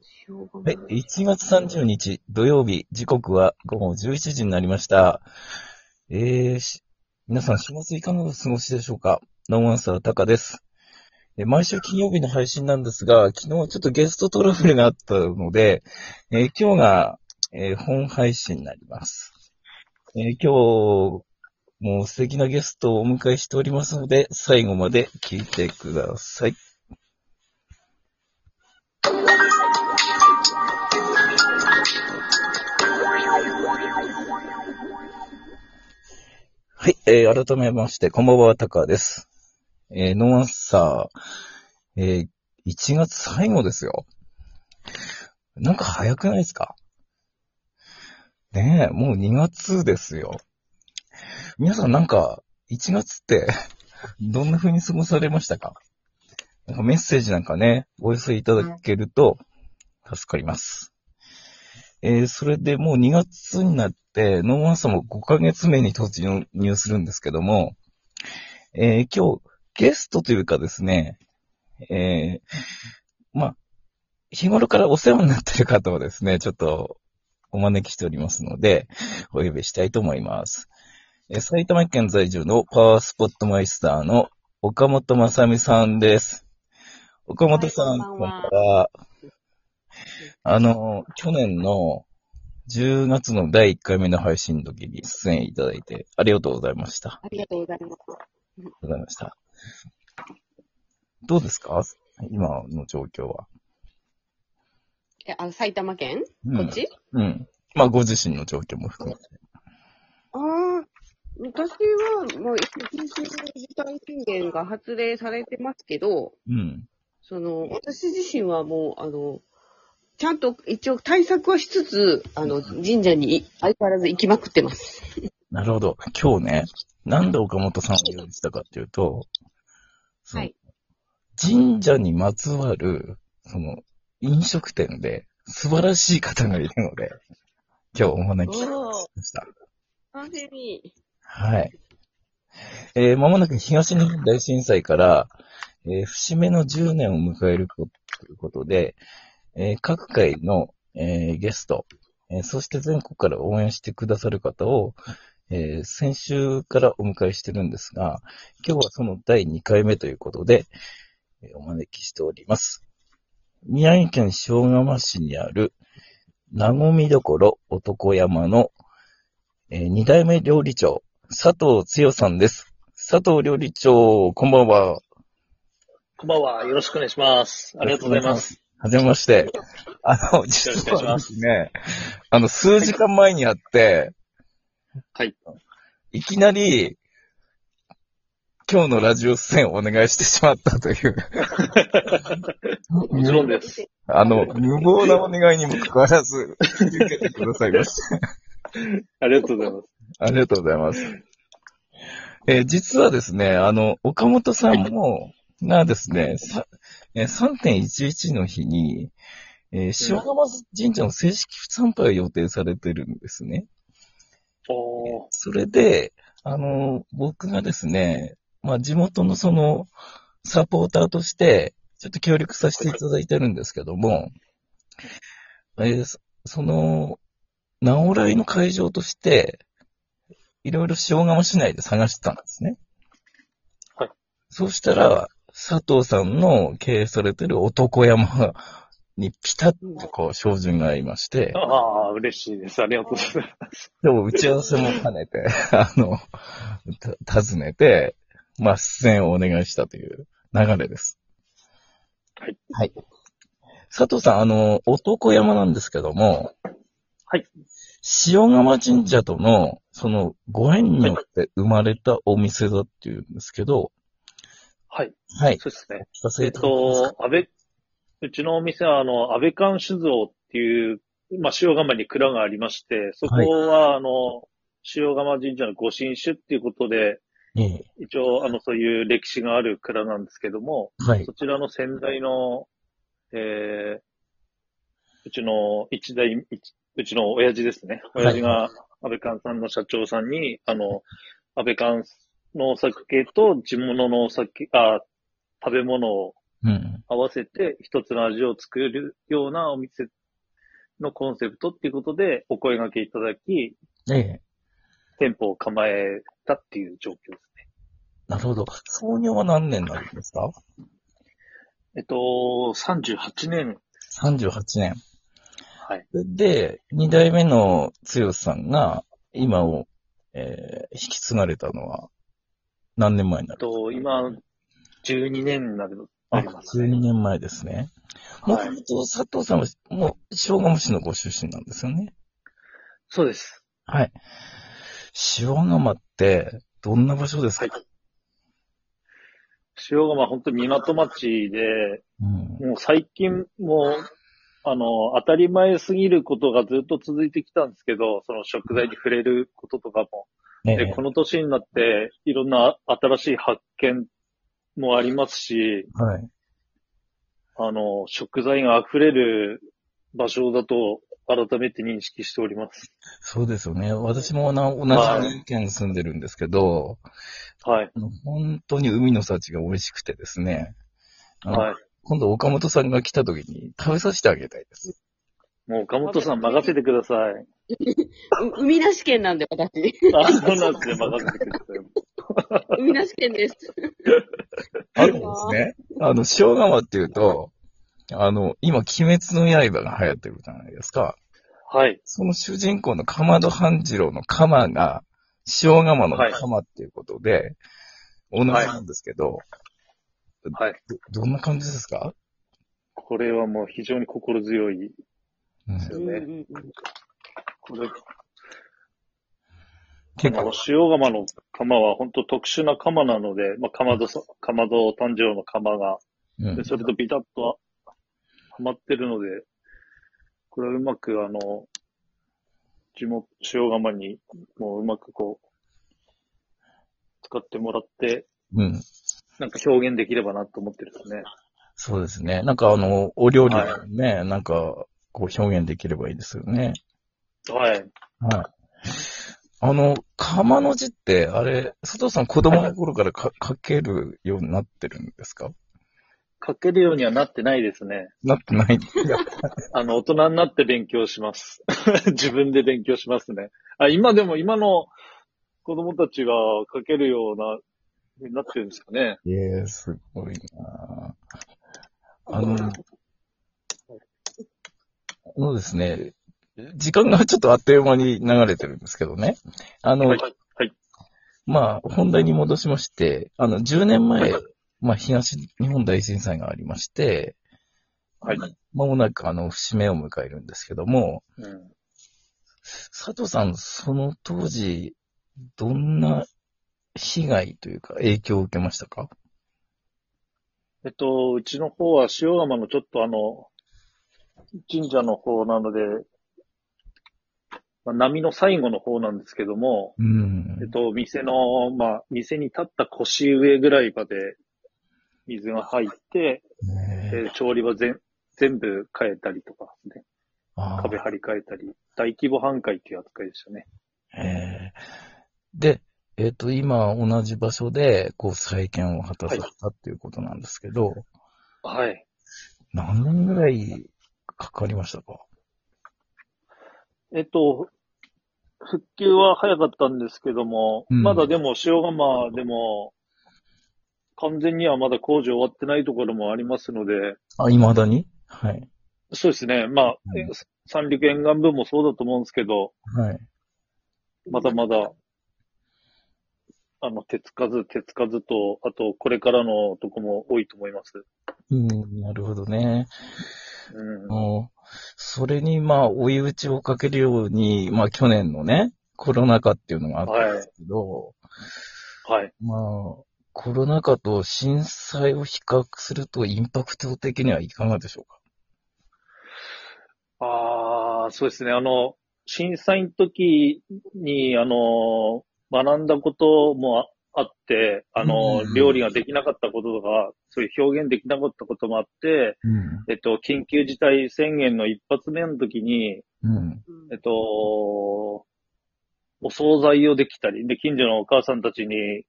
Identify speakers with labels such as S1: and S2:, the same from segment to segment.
S1: しょうが
S2: はい
S1: ない。、
S2: 1月30日土曜日、時刻は午後11時になりました。えー、し皆さん週末いかがお過ごしでしょうかノンアンサータカです。えー毎週金曜日の配信なんですが、昨日ちょっとゲストトラブルがあったので、えー今日が、えー本配信になります。えー今日も素敵なゲストをお迎えしておりますので、最後まで聞いてください。はい、えー改めまして、こんばんは、タカです。えーノンアンサー、えー1月最後ですよ。なんか早くないですかねえ、もう2月ですよ。皆さんなんか、1月って、 どんな風に過ごされましたかなんかメッセージなんかね、お寄せいただけると、助かります。えーそれでもう2月になって、ノーマンさんも5ヶ月目に突入するんですけども、えー今日、ゲストというかですね、えーまあ、日頃からお世話になっている方をですね、ちょっとお招きしておりますので、お呼びしたいと思います。えー埼玉県在住のパワースポットマイスターの岡本正美さんです。岡本さん、
S1: はいこ
S2: こん
S1: ん
S2: ば
S1: ば
S2: ん
S1: んは
S2: は。あの、去年の10月の第1回目の配信の時に出演いただいてありがとうございました。
S1: ありがとうございます。
S2: ありがとうございました。どうですか今の状況は。
S1: え、あの、埼玉県
S2: うん
S1: こっち、
S2: うん。まあ、ご自身の状況も含めて。
S1: ああ、私はもう緊急事態宣言が発令されてますけど、
S2: うん。
S1: その、私自身はもう、あの、ちゃんと一応対策はしつつ、あの、神社に相変わらず行きまくってます。
S2: なるほど。今日ね、なんで岡本さんを用意したかっていうと、その
S1: はい
S2: 神社にまつわる、その、飲食店で素晴らしい方がいるので、今日お招きしました。
S1: 完全に。
S2: はい。えー、まもなく東日本大震災から、えー節目の10年を迎えることということで、えー各界の、えーゲスト、えーそして全国から応援してくださる方を、えー先週からお迎えしてるんですが、今日はその第2回目ということで、えーお招きしております。宮城県塩釜市にある、なごみどころ男山の、えー二代目料理長、佐藤剛さんです。佐藤料理長、こんばんは。
S3: こんばんは。よろしくお願いします。ありがとうございます。
S2: はじめまして。あの、実
S3: ろしくお願いし
S2: は
S3: ま
S2: ですすね、あの、数時間前にあって、
S3: はい。
S2: いきなり、今日のラジオ出演をお願いしてしまったという、
S3: もちろんです。
S2: あの、無謀なお願いにもかかわらず、受けてくださいました。
S3: ありがとうございます。
S2: ありがとうございます。えー実はですね、あの、岡本さんも、がですね、さえー3.11の日に、えー、塩釜神社の正式参拝を予定されてるんですね。
S3: おー
S2: それで、あの、僕がですね、まあ、地元のその、サポーターとして、ちょっと協力させていただいてるんですけども、えーそその、なおらいの会場として、いろいろ塩釜市内で探してたんですね。
S3: はい。
S2: そうしたら、佐藤さんの経営されてる男山にピタッとこう、照準が合いまして、
S3: ああ、嬉しいです。ありがとうございます。
S2: でも打ち合わせも兼ねて、 あの、た尋ねて、まあ、出演をお願いしたという流れです。
S3: はい。
S2: はい。佐藤さん、あの、男山なんですけども、
S3: はい。
S2: 塩釜神社との、その、ご縁によって生まれたお店だっていうんですけど、
S3: はい。
S2: はい。
S3: そうですね。
S2: 聞かせ
S3: え
S2: てい
S3: った
S2: だけますか
S3: と、安倍、うちのお店は、あの、安倍館酒造っていう、まあ、塩釜に蔵がありまして、そこは、あの、塩釜神社の御神酒っていうことで、
S2: ええ
S3: 一応、あの、そういう歴史がある蔵なんですけども、
S2: はい。
S3: そちらの先代の、えー、うちの一代、一うちの親父ですね。
S2: はい
S3: 親父が安倍館さんの社長さんに、あの、安倍館のお酒と地物のお酒、あ、食べ物を
S2: うん。
S3: 合わせて一つの味を作るようなお店のコンセプトっていうことでお声掛けいただき、
S2: ええ。
S3: 店舗を構えたっていう状況ですね。
S2: なるほど。創業は何年になるんですか
S3: えっと、38年。
S2: ?38 年。
S3: はい。
S2: で、二代目の剛さんが、今を、えー、引き継がれたのは、何年前にな
S3: えっ
S2: る
S3: と、今、12年になる、
S2: あ、
S3: なります
S2: 12
S3: ね。
S2: 年前ですね。もと
S3: はい
S2: もと佐藤さんは、もう、塩釜市のご出身なんですよね。
S3: そうです。
S2: はい。塩釜って、どんな場所ですか、
S3: はい塩釜、本当に港町で、
S2: うん。
S3: もう最近もう、あの、当たり前すぎることがずっと続いてきたんですけど、その食材に触れることとかも。
S2: ね
S3: で、この年になって、いろんな新しい発見もありますし、
S2: はい。
S3: あの、食材が溢れる場所だと改めて認識しております。
S2: そうですよね。私もな同じ
S3: はい
S2: 県に住んでるんですけど、
S3: はい。
S2: あの本当に海の幸が美味しくてですね。あの
S3: はい。
S2: 今度岡本さんが来た時に食べさせてあげたいです。
S3: もう岡本さん任せてくださ い。
S1: う海なし県なんで、 私。
S3: あ、そうなんですね。任せてください。
S1: 海なし県です。
S2: あるんですね。あの、塩釜っていうと、あの、今、鬼滅の刃が流行ってるじゃないですか。
S3: はい。
S2: その主人公のかまど半次郎の鎌が、塩釜の
S3: はい
S2: 鎌っていうことで、同じなんですけど、
S3: はい。
S2: ど、どんな感じですか、
S3: これはもう非常に心強い。
S2: うん
S3: そう
S1: うんう
S3: ね
S1: んうん
S3: これ、
S2: 結
S3: あの
S2: 構、
S3: 塩釜の釜は本当特殊な釜なので、まあ、釜戸さ、釜戸誕生の釜が、
S2: うん
S3: でそれとビタッとははまってるので、これはうまくあの、地元、塩釜に、もううまくこう、使ってもらって、
S2: うん。
S3: なんか表現できればなと思ってるんですね。
S2: そうですね。なんかあの、お料理もね、なんか、こう表現できればいいですよね。
S3: はい。
S2: はい。あの、釜の字って、あれ、佐藤さん子供の頃からか書けるようになってるんですか
S3: 書けるようにはなってないですね。
S2: なってない。いや
S3: あの、大人になって勉強します。 自分で勉強しますね。あ今でも、今の子供たちが書けるような、になってるんですかね。
S2: ええすごいなぁあの、あのですね、時間がちょっとあっという間に流れてるんですけどね。あの、
S3: はい。はい。
S2: まあ、本題に戻しまして、あの、10年前、まあ、東日本大震災がありまして、
S3: はい。
S2: まもなく、あの、節目を迎えるんですけども、
S3: うん、
S2: 佐藤さん、その当時、どんな被害というか影響を受けましたか
S3: えっと、うちの方は塩釜のちょっとあの、神社の方なので、まあ、波の最後の方なんですけども、
S2: うん
S3: えっと、店の、まあ、店に立った腰上ぐらいまで水が入って、
S2: ねえ
S3: えー調理場全、全部変えたりとかですね。
S2: ああ
S3: 壁張り替えたり、大規模半壊っていう扱いでしたね。
S2: ええで、えっ、と、今、同じ場所で、こう、再建を果たされたっていうことなんですけど、
S3: はい。
S2: 何年ぐらいかかりましたか
S3: えっと、復旧は早かったんですけども、
S2: うん
S3: まだでも塩釜でも、完全にはまだ工事終わってないところもありますので、
S2: あ、未だにはい。
S3: そうですね。まあ、
S2: うん
S3: え三陸沿岸部もそうだと思うんですけど、
S2: はい。
S3: まだまだ、あの、手つかず、手つかずと、あと、これからのとこも多いと思います。
S2: うん、なるほどね。
S3: うん。
S2: もう、それに、まあ、追い打ちをかけるように、まあ、去年のね、コロナ禍っていうのがあったんですけど、
S3: はい。
S2: まあ、コロナ禍と震災を比較すると、インパクト的にはいかがでしょうか
S3: ああ、そうですね。あの、震災の時に、あの、学んだこともああって、あの
S2: うん、
S3: 料理ができなかったこととか、そういう表現できなかったこともあって、
S2: うん。
S3: えっと、緊急事態宣言の一発目の時に、
S2: うん。
S3: えっと、お惣菜をできたり、で、近所のお母さんたちに、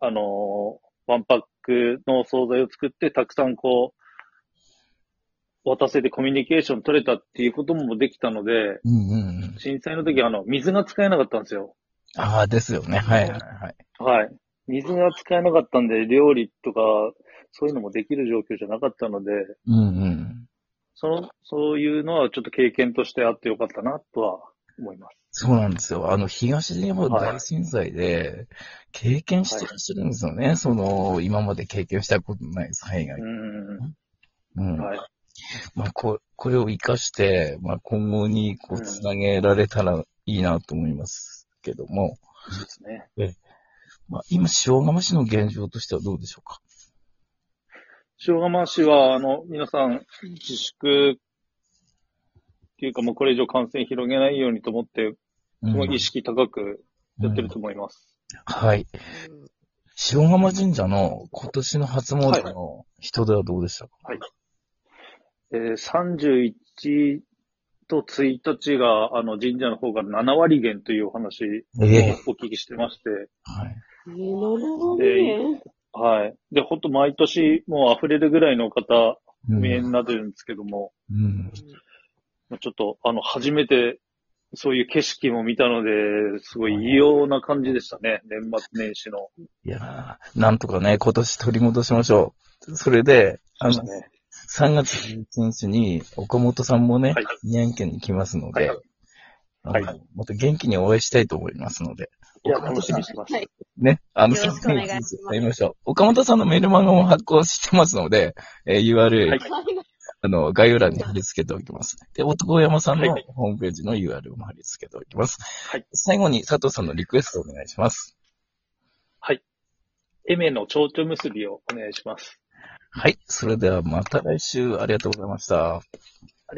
S3: あの、ワンパックの惣菜を作って、たくさんこう、渡せてコミュニケーション取れたっていうこともできたので、
S2: うんうんうん。
S3: 震災の時はあの、水が使えなかったんですよ。
S2: ああ、ですよね。はいはいはい。
S3: はい。水が使えなかったんで、料理とか、そういうのもできる状況じゃなかったので、
S2: うんうん。
S3: その、そういうのはちょっと経験としてあってよかったなとは思います。
S2: そうなんですよ。あの、東日本大震災で、経験してらっしゃるんですよね。その、今まで経験したことのない災害
S3: う。ん。
S2: うん。
S3: はい。
S2: まあ、ここれを活かして、まあ、今後に、こ
S3: う
S2: う、
S3: ん
S2: つなげられたらいいなと思いますけども、
S3: そうですね。
S2: まあ、今、塩釜市の現状としてはどうでしょうか
S3: 塩釜市は、あの、皆さん、自粛っていうか、もうこれ以上感染広げないようにと思って、
S2: う
S3: す
S2: ん
S3: ごい意識高くやってると思います。
S2: はい。塩釜神社の今年の初詣の人出はどうでしたか、
S3: えー、31と1日が、あの、神社の方が7割減というお話
S2: ええ
S3: をお聞きしてまして、
S2: はい。
S1: うん。ねなるほど
S3: え
S1: ね。
S3: はい。で、ほんと毎年もう溢れるぐらいの方、
S2: う
S3: 見えになってるんですけども、
S2: うん。
S3: まあちょっと、あの、初めて、そういう景色も見たので、すごい異様な感じでしたね。年末年始の。
S2: いやーなんとかね、今年取り戻しましょう。それで、あの、
S3: ね。
S2: 3月11日に岡本さんもね
S3: はい、
S2: 宮城県に来ますので、
S3: はい
S2: あのまた元気にお会いしたいと思いますので、
S3: いや、楽しみにしてます。
S1: はい
S2: ね、あの、
S4: よろしくお願いします
S2: やりましょう。岡本さんのメルマガも発行してますので、えー URL、
S3: はい
S2: あの、概要欄に貼り付けておきます。で、男山さんの
S3: はい
S2: ホームページの URL も貼り付けておきます。
S3: はい
S2: 最後に佐藤さんのリクエストお願いします。
S3: エメの蝶々結びをお願いします。
S2: はい。それではまた来週ありがとうございました。